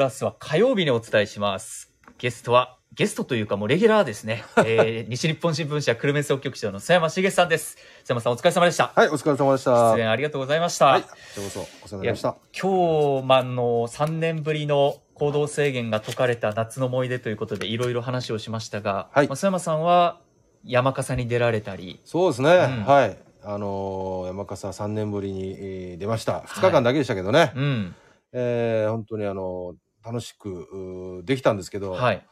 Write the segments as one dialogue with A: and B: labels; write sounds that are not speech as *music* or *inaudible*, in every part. A: ガスは火曜日にお伝えします。ゲストは、ゲストというかもうレギュラーです
B: *laughs*
A: ね。えー、西日本新聞社久留米総局長の佐山茂さんです。佐山さんお疲れ様でした。
B: はい、お疲れ様でした。
A: 出演ありがとうございました。
B: はい、こちらこそお世話になりました。
A: 今日、まあ、あの、3年ぶりの行動制限が解かれた夏の思い出ということで、いろいろ話をしましたが、
B: はい
A: まあ須山さんは山笠に出られたり、
B: そうですね、
A: うん
B: はい。あのー山笠三年ぶりに、えー出ました。二日間だけでしたけどね。
A: うん、
B: えー本当にあのー楽しくうーできたんですけど、
A: はい。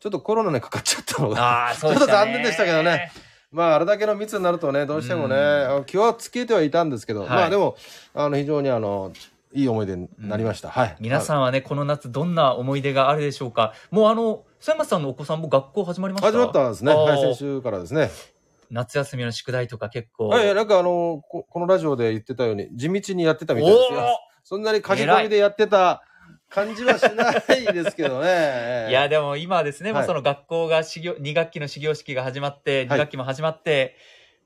B: ちょっとコロナにかかっちゃったのが、
A: ああ、そうでした、ね。
B: ちょっと残念でしたけどね。 *laughs* まああれだけの密になるとね、どうしてもね、
A: うん
B: あ気はつけてはいたんですけど、
A: はい
B: まあでもあの非常にあのいい思い出になりました。はい。
A: 皆さんはね、この夏どんな思い出があるでしょうか。もうあの、須山さんのお子さんも学校始まりました
B: 始まったんですね。
A: あー
B: はい、先週からですね。
A: 夏休みの宿題とか結構。
B: はい、なんかあのーこ、このラジオで言ってたように、地道にやってたみ
A: お
B: たいですよ。
A: お
B: そんなに書き込みでやってた感じはしないですけどねえ
A: *laughs*
B: え。
A: いや、でも今はですね、
B: は
A: も
B: い
A: うその学校が始業、2学期の始業式が始まって、
B: は
A: 2
B: い
A: 学期も始まって、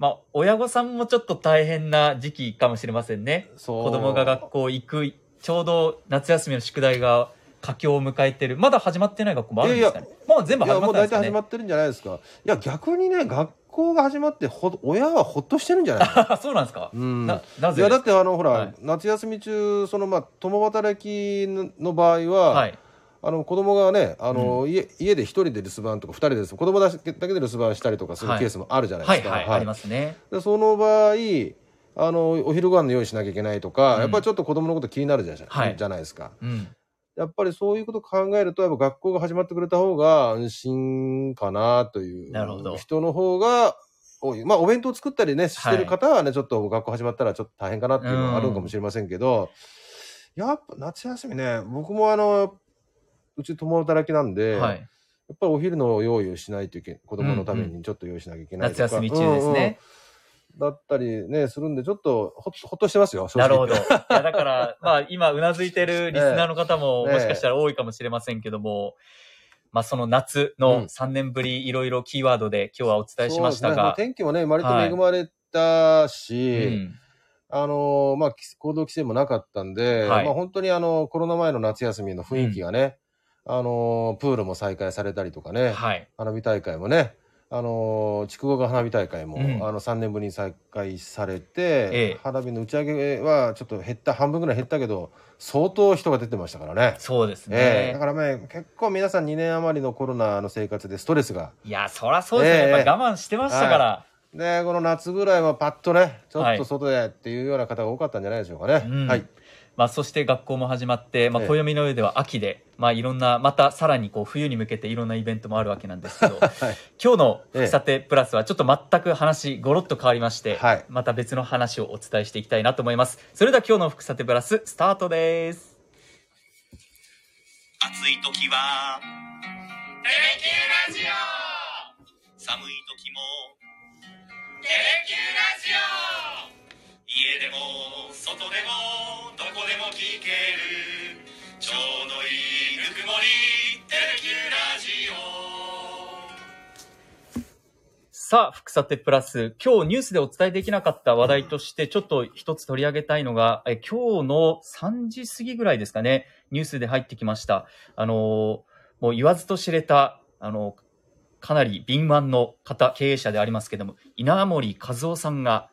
A: まあ、親御さんもちょっと大変な時期かもしれませんね。
B: そう
A: 子供が学校行く、ちょうど夏休みの宿題が佳境を迎えてる。まだ始まってない学校もあるんですかね。もう全部
B: い
A: 始
B: や、
A: ま
B: も
A: った
B: う
A: んで
B: 大
A: す
B: 体
A: か
B: 始
A: ね
B: ま。ってるんじゃないですか。いや、逆にね、学校が始まってほど、親はほっとしてるんじゃないの
A: そう *laughs* なんですか、
B: うん。
A: な、なぜ
B: いやだってあのほら、
A: はい
B: 夏休み中そのまあ共働きの場合は、
A: はい。
B: あの子供がねあの、家家で一人で留守番とか二人で留守子供だけだけで留守番したりとかする
A: はい
B: ケースもあるじゃない
A: は
B: で
A: い、
B: すか。
A: はい、ありますね。
B: でその場合あのお昼ご飯の用意しなきゃいけないとか、
A: うん
B: やっぱりちょっと子供のこと気になるじゃ,、
A: はい
B: じゃないですか
A: うん。
B: やっぱりそういうこと考えるとやっぱ学校が始まってくれた方が安心かなという
A: なるほど
B: 人の方が多いまあお弁当作ったりねしてる方はね、ちょっと学校始まったらちょっと大変かなっていうのはあるのかもしれませんけど、やっぱ夏休みね僕もあのうち共働きなんで、
A: は
B: や
A: い。
B: っぱりお昼の用意をしないといけ子供のため
A: うん
B: にちょっと用意しなきゃいけないと
A: 夏
B: か、
A: 休み中です
B: うんうん
A: ね。
B: だったりね、するんで、ちょっとほっほっとしてますよ、正
A: な
B: 直
A: るほど。いや、だから、 *laughs* まあ、今、うなずいてるリスナーの方も、
B: ええ
A: もしかしたら多いかもしれませんけども、まあ、その夏の3年ぶり、いろいろキーワードで今日はお伝えしましたが、
B: そうですね天気もね、割と恵まれたし、
A: うん
B: あの、まあ、き行動規制もなかったんで、
A: はい
B: まあ、本当にあの、コロナ前の夏休みの雰囲気がね、あの、プールも再開されたりとかね、
A: はい。
B: 花火大会もね、あの、筑後川花火大会も、
A: うん
B: あの、3年ぶりに再開されて、
A: え
B: 花火の打ち上げはちょっと減った、半分ぐらい減ったけど、相当人が出てましたからね。
A: そうです
B: え
A: ね
B: えだ。からね結構皆さん2年余りのコロナの生活でストレスが
A: いや、そらそうですよね。
B: ええ
A: やっぱ我慢してましたから。
B: でこの夏ぐらいはパッとねちょ
A: は
B: っ
A: い
B: と外でっていうような方が多かったんじゃないでしょうかね、
A: うん
B: はい
A: まあ、そして学校も始まって、まあ、
B: ええ
A: 暦の上では秋で、まあ、いろんな、またさらにこう、冬に向けていろんなイベントもあるわけなんですけ
B: *laughs*
A: ど、今日の喫茶店プラスはちょっと全く話ごろっと変わりまして、
B: はい
A: また別の話をお伝えしていきたいなと思いますそれでは今日の福さてプラススタートです
C: 暑い時は「テレキューラジオ」寒い時も「テレキューラジオ」家でも外でもどこでも聞けるちょうどいいぬくもり「テレキューラジオ」
A: さあ福さてプラス今日ニュースでお伝えできなかった話題としてちょっと一つ取り上げたいのがえ今日の3時過ぎぐらいですかねニュースで入ってきましたあのーもう言わずと知れたあのかなり敏腕の方経営者でありますけども稲森和夫さんが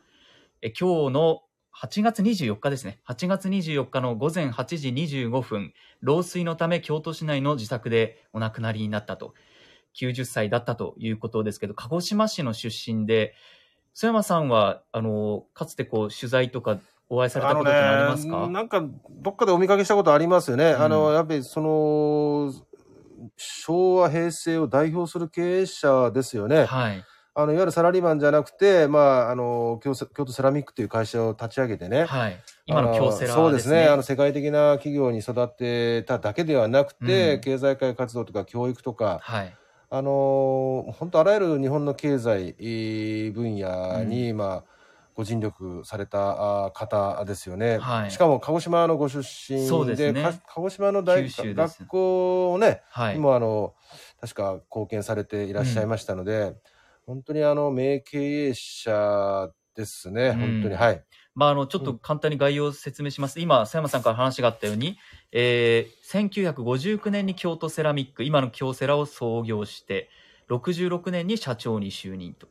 A: え今日の8月24日ですね。8月24日の午前8時25分、老衰のため京都市内の自宅でお亡くなりになったと。90歳だったということですけど、鹿児島市の出身で、須山さんは、あの、かつてこう、取材とかお会いされたことってありますか、
B: なんかどっかでお見かけしたことありますよね、
A: うん
B: あのやっぱりその昭和平成を代表する経営者ですよね、
A: はい。
B: あのいわゆるサラリーマンじゃなくて、まあ、あの京セ京都セラミックという会社を立ち上げてね、
A: はい。今の
B: あ
A: 京セラ
B: そう
A: で
B: ですす
A: ね。
B: ねあの世界的な企業に育てただけではなくて、
A: うん
B: 経済界活動とか教育とか
A: はい。
B: あの本当あらゆる日本の経済えー分野に、まあご尽力されたあー方ですよね、
A: はい
B: しかも鹿児島のご出身
A: そうですね
B: でか鹿児島の大
A: 九州です
B: 学校をね、
A: はい。
B: 今あの確か貢献されていらっしゃいましたので、本当にあの名経営者でですね。
A: うん
B: 本当に。はい。
A: まあ、あの、ちょっと簡単に概要を説明します。今、佐山さんから話があったように、えー、1959年に京都セラミック、今の京セラを創業して、66年に社長に就任と。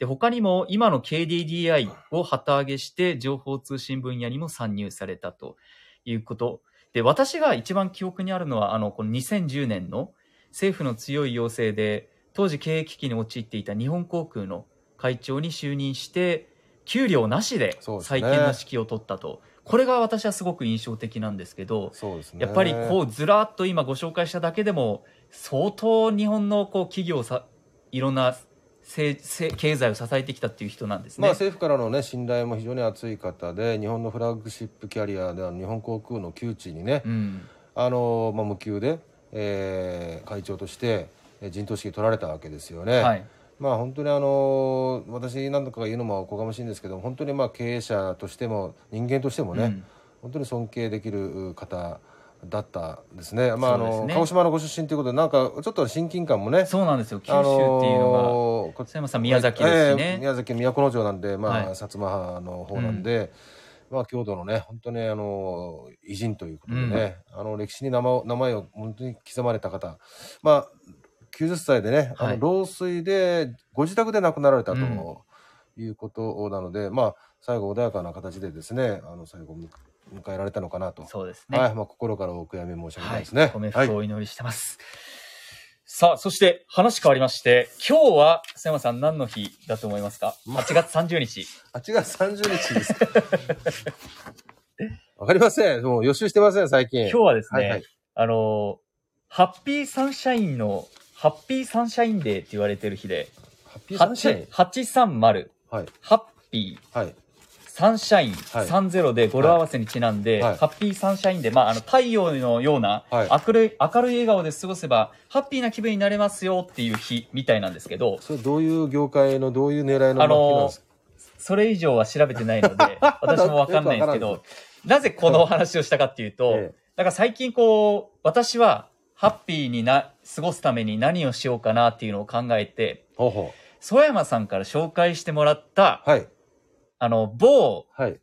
A: で、他にも、今の KDDI を旗揚げして、情報通信分野にも参入されたということ。で、私が一番記憶にあるのは、あの、この2010年の政府の強い要請で、当時経営危機に陥っていた日本航空の会長に就任して、給料なしで
B: そうですね
A: 再建の指揮を取ったと、これが私はすごく印象的なんですけど、
B: そうですね。
A: やっぱりこうずらっと今ご紹介しただけでも相当日本のこう企業さいろんなせせ経済を支えてきたっていう人なんです
B: まあ、
A: ね。
B: 政府からの、ね、信頼も非常に厚い方で日本のフラッグシップキャリアである日本航空の窮地にね、
A: うん、
B: あのまあ、無給で、えー会長としてえー陣頭指揮取られたわけですよね。
A: はい、
B: まあ、本当にあの私何度かが言うのもおこがましいんですけど本当にまあ経営者としても人間としてもね、
A: うん
B: 本当に尊敬できる方だったんですね,、まああ
A: そうです
B: の
A: ね
B: 鹿児島のご出身ということでなんかちょっと親近感もね
A: そうなんですよ九州
B: あ
A: っていうのが、
B: のーこ
A: 佐山さん宮崎ですし
B: ええ
A: ね。
B: 宮崎都城なんで、ま
A: は
B: あ
A: い
B: 薩摩派の方なんで、まあ、郷土のね本当にあの偉人ということでね、あの歴史に名前を名前を本当に刻まれた方、まあ、90歳でね、
A: は
B: あ
A: い
B: の老衰でご自宅で亡くなられたと。
A: うん
B: いうことなので、まあ、最後穏やかな形でですね、あの最後む迎えられたのかなと。
A: そうですね。
B: はい、まあ、心からお悔やみ申し上げた
A: はいい
B: ですね。
A: ご冥
B: はい
A: 福をお祈りしてます。さあ、そして話変わりまして、今日は、佐山さん何の日だと思いますか ?8 月30日。
B: 8月30日です。 *laughs* わかりません。もう予習してません、最近。
A: 今日はですね、
B: はいはい
A: あのーハッピーサンシャインの、ハッピーサンシャインデーって言われてる日で、
B: ハッピーサンシャイ
A: 8
B: ン。
A: 830、
B: はい。
A: ハッピー、
B: はい。
A: サンシャイン、
B: はい
A: 30で語呂合わせにちなんで、
B: はい
A: ハッピーサンシャインで、まあ、あの、太陽のような、
B: はい
A: 明るい、明るい笑顔で過ごせば、ハッピーな気分になれますよっていう日みたいなんですけど、
B: それどういう業界のどういう狙いの
A: あのー
B: 日なんですか
A: それ以上は調べてないの
B: *laughs*
A: で、私もわかんないんですけ
B: よくわ
A: ど、なぜこのお話をしたかっていうと、
B: ええ
A: なんか最近こう、私はハッピーにな、過ごすために何をしようかなっていうのを考えて、
B: ほうほ
A: 曽山さんから紹介してもらった、
B: う。はい。
A: あの、某、
B: はい。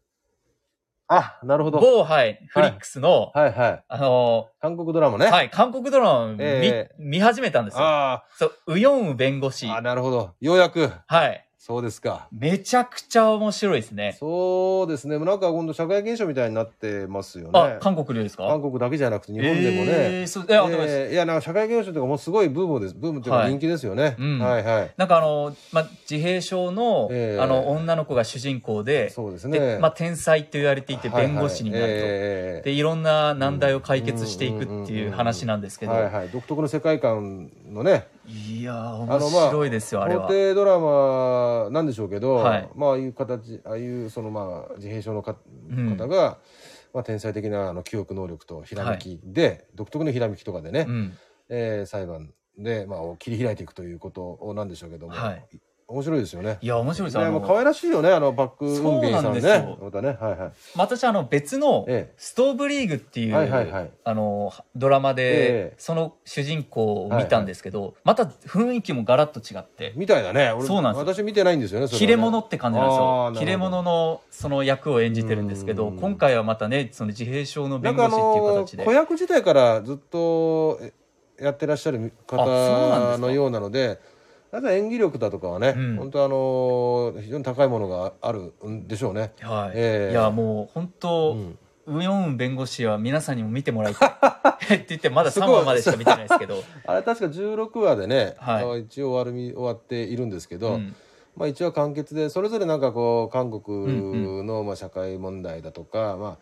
B: あ、なるほど。は
A: 某、はい、フリックスの、
B: いはい。
A: あの、
B: 韓国ドラマね。
A: はい、韓国ドラマを見,、
B: え
A: 見始めたんですよ。
B: あ
A: そう、ウヨンウ弁護士
B: ー。あ、なるほど。ようやく。
A: はい。
B: そうですか。
A: めちゃくちゃ面白いですね。
B: そうですね。なんか今度社会現象みたいになってますよ
A: あ
B: ね、。
A: 韓国でですか
B: 韓国だけじゃなくて日本でもね。
A: えーそう、いや、わかりました
B: えーいや、なんか社会現象とかもうすごいブームです。ブームっていうか
A: はい
B: 人気ですよね。
A: うん
B: はいはい。
A: なんかあの、まあ、自閉症の,、
B: ええ
A: あの女の子が主人公で
B: そうです
A: で
B: ね。
A: まあ、天才と言われていて
B: はいはい
A: 弁護士になると、
B: え
A: でいろんな難題を解決していくっていう話なんです
B: え
A: けど、
B: はいはい。独特の世界観のね、
A: いやー
B: まあ
A: 面白いですよあ,、
B: 法
A: れは。
B: 廷ドラマなんでしょうけど、
A: はい
B: まあ、ああいう形、ああいうそのまあ自閉症のか
A: うん
B: 方が、まあ、天才的なあの記憶能力とひらめきで、独特のひらめきとかでね、
A: うん、
B: えー裁判で、まあ、を切り開いていくということなんでしょうけども、
A: はい
B: 面白いですよね。
A: いや面白いですよ、
B: ね、
A: あ
B: も
A: の
B: う可愛らしいよね、あのバックウンビンさん
A: そうなんで。
B: ね
A: す
B: またね、はいはい。
A: 私あの別の
B: ええ
A: 「ストーブリーグ」っていう、
B: はいはいはい
A: あのドラマで、
B: ええ
A: その主人公を見たんですけど、また雰囲気もガラッと違って
B: みたいだね。俺
A: そうなんですよ
B: 私見てないんですよね、それはね
A: 切れ者って感じなんです
B: あーな
A: よ
B: るほ。ど
A: 切れ者のその役を演じてるんですけど、
B: うん
A: 今回はまたね、その自閉症の
B: なん
A: 弁
B: か
A: 護士
B: あ
A: っていう
B: の
A: 形で。
B: 子役時代からずっとえやってらっしゃる
A: あそうなんで
B: 方
A: すか
B: のようなのでなんか演技力だとかはね、
A: うん
B: 本当あの非常に高いものがあるんでしょうね。
A: はい。
B: ええ
A: いや、もう本
B: う
A: 当、
B: ん
A: ウヨンウ弁護士は皆さんにも見てもらいたい。
B: *laughs*
A: って言って、まだ3話までしか見てないですけど。
B: あれ確か16話でね、
A: はい
B: あの一応終わるみ終わっているんですけど、
A: うん
B: まあ、一応完結でそれぞれなんかこう韓
A: うん
B: 国のまあ社会問題だとか、ま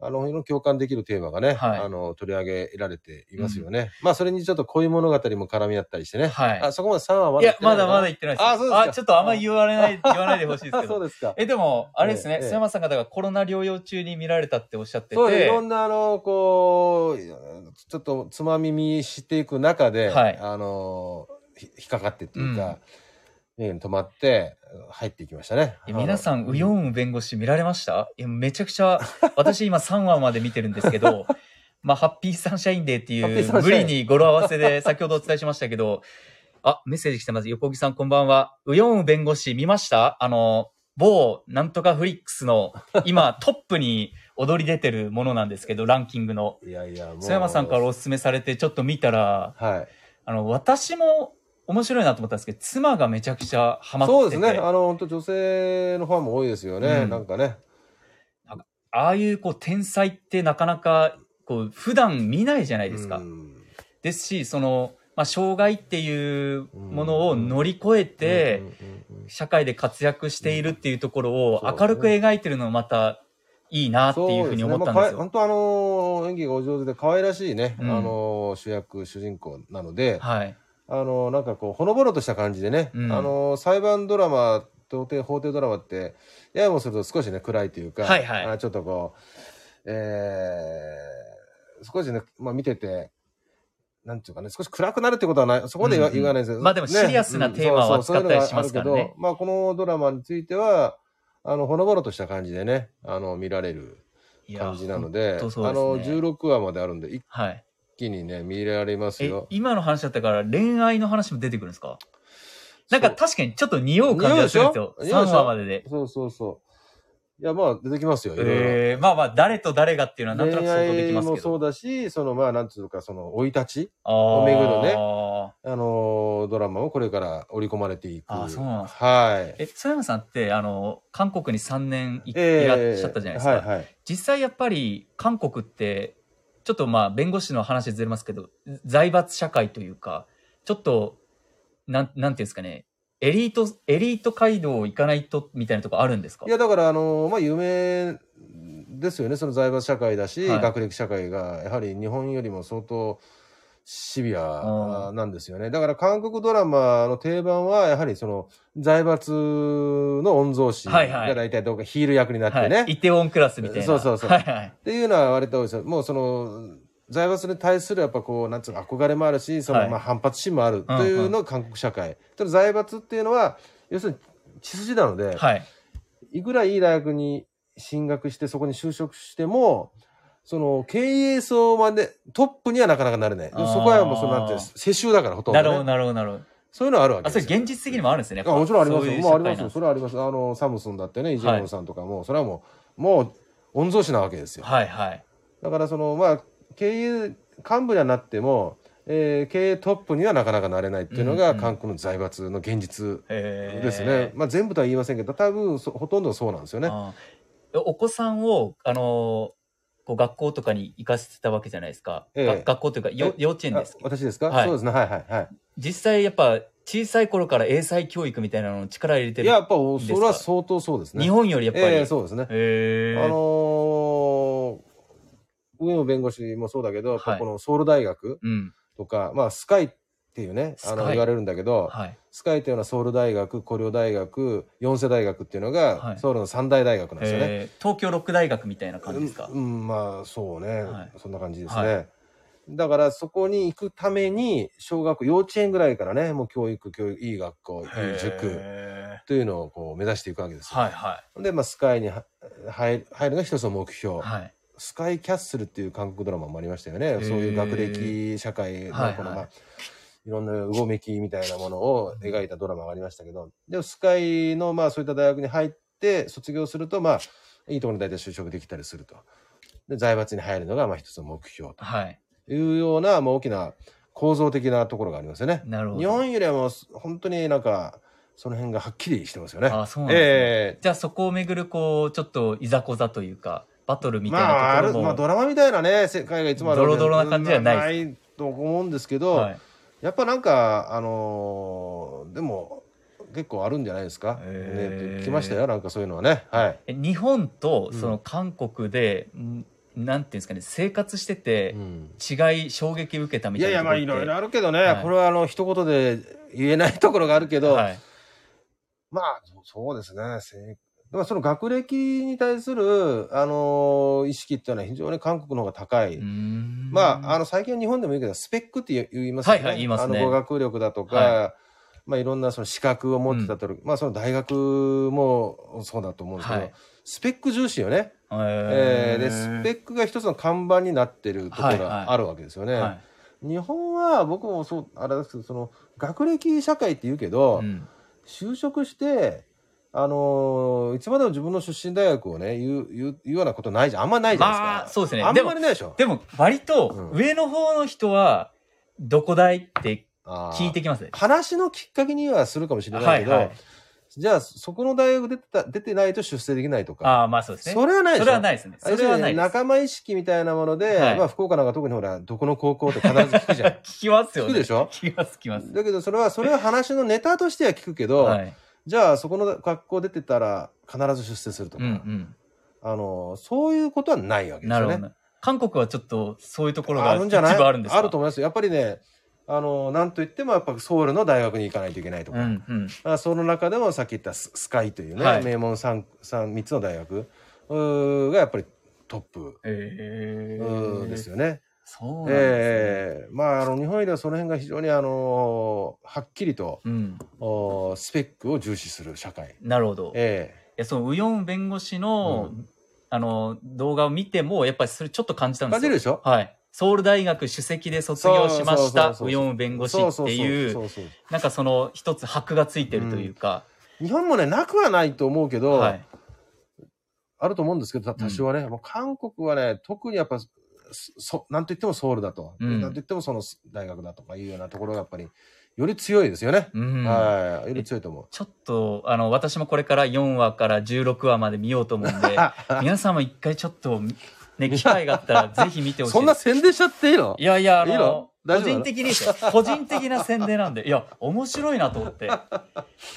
B: あ、あの辺の共感できるテーマがね、
A: はい
B: あの取り上げられていますよね、まあそれにちょっと恋物語も絡み合ったりしてね、
A: はい
B: あそこまで3話ま
A: い
B: で
A: や、まだまだ言ってないです。
B: あそうですか
A: ちょっとあんまり言われない、言わないでほしいです
B: あ
A: け
B: *laughs* そう
A: ど。
B: ですか
A: え、でも、あれですね、
B: ええ
A: 須山さんがだからコロナ療養中に見られたっておっしゃってて。
B: そうですいろんなあのこうちょっとつまみ見していく中で、
A: はい
B: あのひ引っかかってっていうか、目に止まって入っていきましたね
A: いや皆さん、ウ
B: ん
A: ヨンウ弁護士見られましたいやめちゃくち
B: *laughs*
A: ゃ、私今3話まで見てるんですけど、まあ、ハッピーサンシャインデーって
B: ハッピー
A: い
B: サ
A: う、
B: ンシ
A: 無
B: ャイン
A: 理に語呂合わせで先ほどお伝えしましたけど、あ、メッセージ来てます。横木さんこんばんは。ウヨンウ弁護士見ましたあの、某なんとかフリックスの今
B: *laughs*
A: トップに踊り出てるものなんですけど、ランキングの。
B: いやいや、もう。
A: 曽山さんからお勧めされてちょっと見たら、
B: はい。
A: あの、私も面白いなと思ったんですけど、妻がめちゃくちゃハマってて。
B: そうですね。あの、本当女性のファンも多いですよね。
A: うん
B: なんかね。
A: ああいうこう天才ってなかなかこう普段見ないじゃないですか。
B: うん
A: ですし、その、まあ、障害っていうものを乗り越えて、
B: うんうんうんうん
A: 社会で活躍しているっていうところ
B: うん
A: を明るく描いてるのまたいいなっていうふうに思ったんです
B: そうねまあかわい
A: よ。
B: 本当あのー演技がお上手で可愛らしいね、
A: うん
B: あのー主役主人公なので、
A: はい。
B: あのーなんかこうほのぼのとした感じでね、
A: うん
B: あのー裁判ドラマ法廷法廷ドラマってややもすると少しね暗いというか、
A: はいはい
B: あちょっとこう、えー、少しね、まあ、見てて。なんていうかね、少し暗くなるってことはない、そこで言わ,、
A: うんうん
B: 言わないですよ
A: まあでもシリアスなテーマは
B: うんそう
A: 扱
B: そう
A: ったりしますからね
B: そういうのがあるけどまあこのドラマについては、あの、ほのぼのとした感じでね、あの、見られる
A: いや
B: 感じなので、
A: ほんとそう
B: あの
A: ですね。
B: 16話まであるんで一
A: はい。
B: 気にね見られます
A: え
B: よ、。
A: 今の話だったから恋愛の話も出てくるんですかなんか
B: そう
A: 確かにちょっと匂う感じがするんですよ。
B: 匂うでしょ匂う
A: 3
B: でしょ
A: 話までで。
B: そうそうそういやまあ出てきますよいろいろ、
A: えー、まあまあ、誰と誰がっていうのはなんとなく想
B: 恋
A: 像でき
B: 愛
A: ます
B: も
A: けど。
B: そうだしそのまあなんつうかその生い立ち
A: ああ。
B: 巡るねあのードラマもこれから織り込まれていく
A: あそうなんです
B: はい
A: え、曽山さんって、あの、韓国に3年い,、
B: え
A: らっしゃったじゃないですか。
B: はいはい
A: 実際やっぱり、韓国って、ちょっとまあ、弁護士の話ずれますけど、財閥社会というか、ちょっと、なん、なんていうんですかね、エリート、エリート街道を行かないと、みたいなとこあるんですか
B: いやだからあのーまあ有名ですよねその財閥社会だし、
A: はい
B: 学歴社会がやはり日本よりも相当シビアなんですよねだから韓国ドラマの定番はやはりその財閥の御曹司
A: はいはい
B: が大体どうかヒール役になってね、
A: はい。
B: っ
A: イテウォンクラスみたいな。
B: そうそうそう
A: はいはい。
B: ていうのは割と多いですよもうその財閥に対するやっぱこうなんつうの憧れもあるしその、
A: はい
B: まあ反発心もあるというのが韓国社会、ただ財閥っていうのは要するに血筋なので、
A: はい。
B: いくらいい大学に進学して、そこに就職しても、その経営層まで、トップにはなかなかなれない。そ
A: あー
B: こはもう、そのなんていうの、世襲だから、ほとん
A: な
B: ど、ね。
A: るほど、なるほど、なるほど。
B: そういうのはあるわけ
A: あ、
B: です
A: そ
B: よ。
A: れ現実的にもあるんですね。やっぱ
B: あもちろんありま
A: そ
B: す
A: う
B: よ。
A: いう
B: もうあり
A: 社
B: ま
A: 会な
B: す
A: ん
B: よ。
A: です
B: それはあります。あの、サムスンだってね、イ・ジェミョンさんとかも、それはもう、もう、御曹司なわけですよ。
A: はいはい。
B: だから、その、まあ、経営、幹部にはなっても、えー経営トップにはなかなかなれないっていうの
A: う
B: が、
A: んうん
B: 韓国の財閥の現実
A: えー
B: ですね。まあ、全部とは言いませんけど、多分、そほとんどそうなんですよね。
A: ああお子さんを、あのーこう学校とかに行かせてたわけじゃないですか。
B: ええ
A: が学校というか、よ幼稚園です
B: あ。私ですか、
A: はい
B: そうですね。はいはいはい。
A: 実際やっぱ小さい頃から英才教育みたいなのを力入れて
B: い
A: る。
B: や、やっぱ、お
A: です
B: そ
A: か
B: れは相当そうですね。
A: 日本よりやっぱり。
B: ええ
A: へ
B: そうですね。
A: え
B: あのー、上野弁護士もそうだけど、やっぱ
A: はい
B: このソウル大学
A: うん。
B: とか、まあ、スカイっていうね、
A: ス
B: あ
A: カ
B: の、
A: イ
B: 言われるんだけど、
A: はい。
B: スカイというのはソウル大学、コリオ大学、四世大学っていうの
A: は
B: が、
A: い
B: ソウルの三大大学なんですよね。
A: えー東京六大学みたいな感じですか。
B: うん、うんまあそうね、
A: はい
B: そんな感じですね、
A: は
B: だからそこに行くために小学校幼稚園ぐらいからねもう教育教育いい学校いい塾
A: へ
B: というのをこう目指していくわけです
A: ー
B: よ、
A: はいは
B: で、まあ、スカイには入る入るのが一つの目標、
A: い。はい。
B: スカイキャッスルっていう韓国ドラマもありましたよね、
A: ー
B: そういう学歴社会のこの、
A: はいはい
B: まあいろんなうごめきみたいなものを描いたドラマがありましたけど、でもスカイの、まあそういった大学に入って卒業すると、まあいいところに大体就職できたりすると。で、財閥に入るのが、まあ一つの目標
A: はい。
B: というような、まあ大きな構造的なところがありますよね。
A: なるほど。
B: 日本よりはもう本当になんか、その辺がはっきりしてますよね。
A: あ、そうなんですね。
B: ええ
A: じゃあそこをめぐるこう、ちょっといざこざというか、バトルみたい
B: まあ、
A: な
B: あ
A: と
B: る、
A: ころも。
B: まあドラマみたいなね、世界がいつもあるわ
A: ド
B: け
A: ロドロな感じじゃないで
B: ないと思うんですけど、
A: はい
B: やっぱなんか、あのーでも、結構あるんじゃないですか。
A: へー
B: ね、聞きましたよ、なんかそういうのはね。はい。
A: え日本と
B: うん
A: その韓国で、んなんていうんですかね生活してて
B: うん
A: 違い衝撃受けたみ
B: い
A: た
B: や
A: い
B: い
A: な
B: や、
A: と
B: ま
A: ころって
B: あいろいろあるけどね、
A: はい
B: これはあの、一言で言えないところがあるけど、
A: はい
B: まあ、そうそうですね。せいまあ、その学歴に対する、あのー意識っていうのは非常に韓国の方が高い。
A: うーん
B: まあ、あの、最近は日本でも言うけど、スペックって言い言いますよね。
A: はいはい言いますね
B: あの、語学力だとか、
A: はい
B: まあ、いろんなその資格を持ってたと、まあ、その大学もそうだと思うんですけど、
A: はい
B: スペック重視よね。
A: え
B: え
A: ー
B: ーで、スペックが一つの看板になってるところ
A: はいはい
B: があるわけですよね。
A: はい
B: 日本は、僕もそう、あれですけど、その、学歴社会って言うけど、
A: うん
B: 就職して、あのーいつまでも自分の出身大学をね、言う、言う、言うようなことないじゃん。あんまないじゃないですか。
A: まあそうですね
B: あん
A: でも
B: まりないでしょ。
A: でも、割と
B: う、ん
A: 上の方の人は、どこだいって
B: あー
A: 聞いてきますね。
B: 話のきっかけにはするかもしれな
A: はいい
B: けど、
A: はい。
B: じゃあ、そこの大学出てた、出てないと出世できないとか。
A: ああ、まあそうですね。
B: それはないでしょ
A: それはないですね。
B: あ
A: そ
B: れ
A: れはないです。
B: 仲間意識みたいなもので、
A: はい。
B: まあ福岡なんか特にほら、どこの高校って必ず聞くじ
A: *laughs*
B: ゃん
A: 聞きますよね。
B: 聞くでしょ
A: 聞きます、聞きます。
B: だけどそれは、それは話のネタとしては聞くけど、
A: はい。
B: じゃあそこの学校出てたら必ず出世すると
A: う
B: か、
A: ん
B: あの、そういうことはないわ
A: う
B: け
A: ん。
B: です
A: なる
B: よね。
A: ほど。韓国はちょっと、そういうところが
B: あるんじゃない
A: 一部あるんですか
B: と思いますよ。やっぱりね、あの、なんといってもやっぱソウルの大学に行かないといけないとか、
A: うんうん。
B: あその中でもさっき言ったススカイというね、
A: はい
B: 名門 3, 三三つの大学うーがやっぱりトップ
A: え
B: うー
A: え。
B: ですよね。
A: そうなんですね。
B: ええまあ、あの日本よりはその辺が非常にあのはっきりと
A: うん。
B: おスペックを重視する社会。
A: なるほど。
B: え
A: え、そのウヨン弁護士の、あの、動画を見ても、やっぱりそれちょっと感じた
B: え
A: んですよ。
B: 感じるでしょ
A: はい。ソウル大学首席で卒業しました、
B: そうそうそうそう
A: ウヨン弁護士ってい、
B: そううそうそうそう
A: なんかその一つ箔がついてるというか、
B: 日本もね、なくはないと思うけど、
A: はい。
B: あると思うんですけど、た多少はね、もう韓国はね、特にやっぱ、そなんといってもソウルだと、
A: うん
B: なんといってもその大学だとかいうようなところがやっぱり、より強いですよね。
A: うん。
B: はい。より強いと思う。
A: ちょっと、あの、私もこれから4話から16話まで見ようと思うん
B: *laughs*
A: で、皆さんも一回ちょっと、ね、機会があったらぜひ見てほしい。
B: そんな宣伝しちゃっていいの
A: いやいや、あ
B: いい
A: の
B: の、
A: 個
B: 大丈夫
A: 人的にですよ、個人的な宣伝なんで、いや、面白いなと思って。い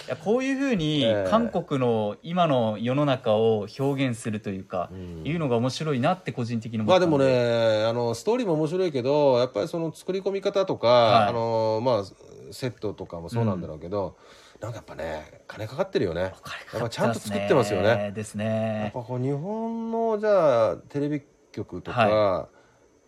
A: やこういうふうに
B: ええ、
A: 韓国の今の世の中を表現するというか、いうのが面白いなって個人的に思
B: ま
A: っ
B: あ
A: た
B: で
A: ん
B: もね、あの、ストーリーも面白いけど、やっぱりその作り込み方とか、
A: はい
B: あの、まあ、セットとかもそうなんだろうけど、なんかやっぱね、金かかってるよね。
A: お金か
B: やっ
A: か
B: ぱ
A: っ
B: ちゃん
A: た
B: と
A: す
B: 作ってますよね。。
A: です
B: やっ
A: ね。
B: ぱこう日本の、じゃあ、テレビ局とか
A: は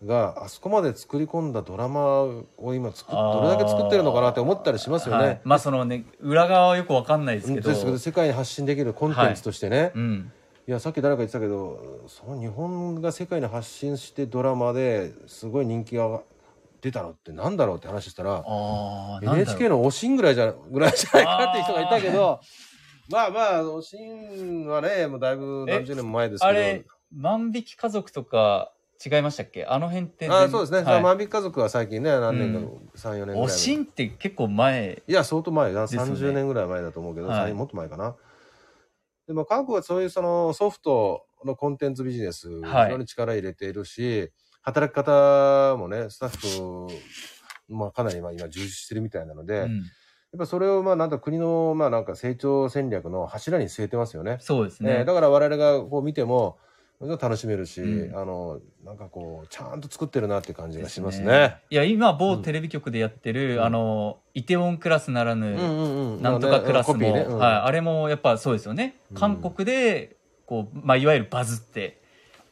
B: が、あそこまで作り込んだドラマを今作っ、どれだけ作ってるのかなって思ったりしますよ
A: はい
B: ね。
A: まあそのね、裏側はよくわかんないですけど。
B: ですけど、世界に発信できるコンテンツとしてね。
A: うん。
B: いやさっき誰か言ってたけどその日本が世界に発信してドラマですごい人気が出たのってなんだろうって話したら
A: ああ、なんだろう
B: NHK の「おしん」ぐらいじゃぐらいじゃないかっていう人がいたけどまあまあ「おしん」はねもうだいぶ何十年も前ですけど
A: あれ、万引き家族とか違いましたっけあの辺って。
B: あそうですね「
A: はい
B: 万引き家族」は最近ね何年か、
A: うん
B: 34年ぐらい
A: おしんって結構前。
B: いや、相当前だ。
A: すよね
B: 30年ぐらい前だと思うけど、
A: はい
B: もっと前かな。でも、韓国はそういうそのソフトのコンテンツビジネス、非
A: はい
B: 常に力入れているし、働き方もね、スタッフ、まあ、かなり今今充実してるみたいなので、
A: う
B: やっ
A: ん
B: ぱそれを、まあ、なんか国の、まあ、なんか成長戦略の柱に据えてますよね。
A: そうです
B: え
A: ね
B: ー。だから我々がこう見ても、もちろん楽しめるし、
A: うん
B: あの、なんかこう、ちゃんと作ってるなって感じがしますね。
A: いや、今、某テレビ局でやってる、
B: うん
A: あの、イテウォンクラスならぬ、
B: うんうんうん。
A: なんとかクラスも、
B: コピーねうん
A: はい、あれもやっぱそうですよね。
B: うん
A: 韓国で、こう、まあ、いわゆるバズって、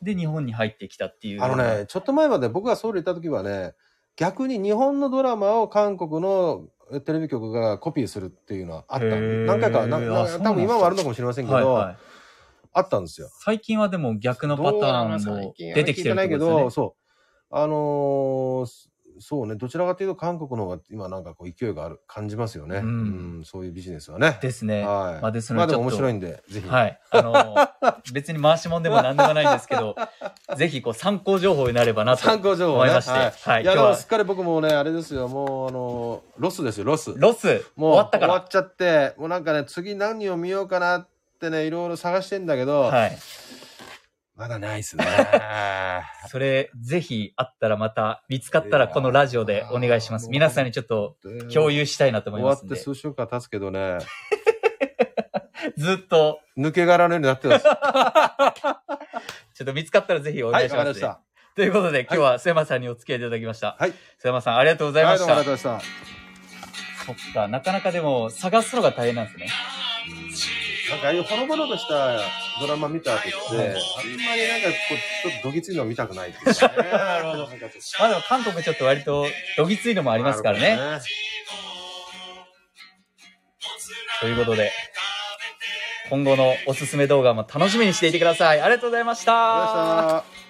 A: で、日本に入ってきたっていう。
B: あのね、ちょっと前まで僕がソウル行った時はね、逆に日本のドラマを韓国のテレビ局がコピーするっていうのはあった
A: へー
B: の。何回か、な
A: あそうな
B: なん
A: だ
B: 多分今はあるのかもしれませんけ
A: はい、
B: ど、
A: はい。
B: あったんですよ。
A: 最近はでも逆のパターンも出てきてる
B: ない
A: って
B: け
A: ことですよ
B: ど、
A: ね。
B: そう。あのーそそうね、どちらかというと韓国の方が今なんかこう勢いがある、感じますよね。
A: う
B: うんん、そういうビジネスはね。
A: ですね。
B: はい。
A: ま
B: ま
A: あ
B: あ
A: で
B: ですす
A: ので
B: も
A: ちょっと
B: 面白いんで、ぜひ。
A: はい。あの、別に回しもんでも何でもないんですけ
B: *laughs*
A: ど、ぜひこう参考情報になればなと
B: *laughs* 参考情報
A: 思
B: ね
A: いまして、
B: はい
A: はいい。今
B: や、
A: 日
B: でも
A: は
B: すっかり僕もね、あれですよ、もうあのーロスですよ、ロス。
A: ロス
B: もう
A: 終わったか
B: 終わ
A: ら。
B: っちゃって、もうなんかね、次何を見ようかなってね、いろいろ探してんだけど、
A: はい。
B: まだないっすね。
A: それ、ぜひあったらまた、見つかったらこのラジオでお願いしま
B: い
A: す。
B: やー
A: 皆さんにちょっと *laughs* 共有したいなと思い
B: 終
A: ま
B: わ
A: す
B: っ
A: ん
B: て
A: で。
B: 数週間経つけどね、
A: ずっと、
B: 抜け殻のようになっ
A: *laughs*
B: てます。
A: ちょっと見つかったらぜひお
B: は
A: 願
B: い、
A: い
B: わ
A: し
B: かり
A: ま
B: ますし
A: ね、
B: た。
A: ということで、今日は須山さんにお付き合いいただきました。
B: はい。
A: 須山さん、ありがとうござい
B: は
A: ま
B: い、ど
A: し
B: うも
A: た。
B: ありがとうございました。
A: そっか、なかなかでも、探すのが大変なんですね。
B: なんかああいうほのぼのとしたドラマ見た後って、あんまりなんかこう、ちょっとどぎついの見たくないっていうかね
A: *laughs* なるほど
B: なんかちょっ
A: まあでも、韓国ちょっと割と、どぎついのも
B: と
A: ありますからね。
B: なる
A: ということで、今後のおすすめ動画も楽しみにしていてください。ありがとうございました。
B: ほどねありがとうございました。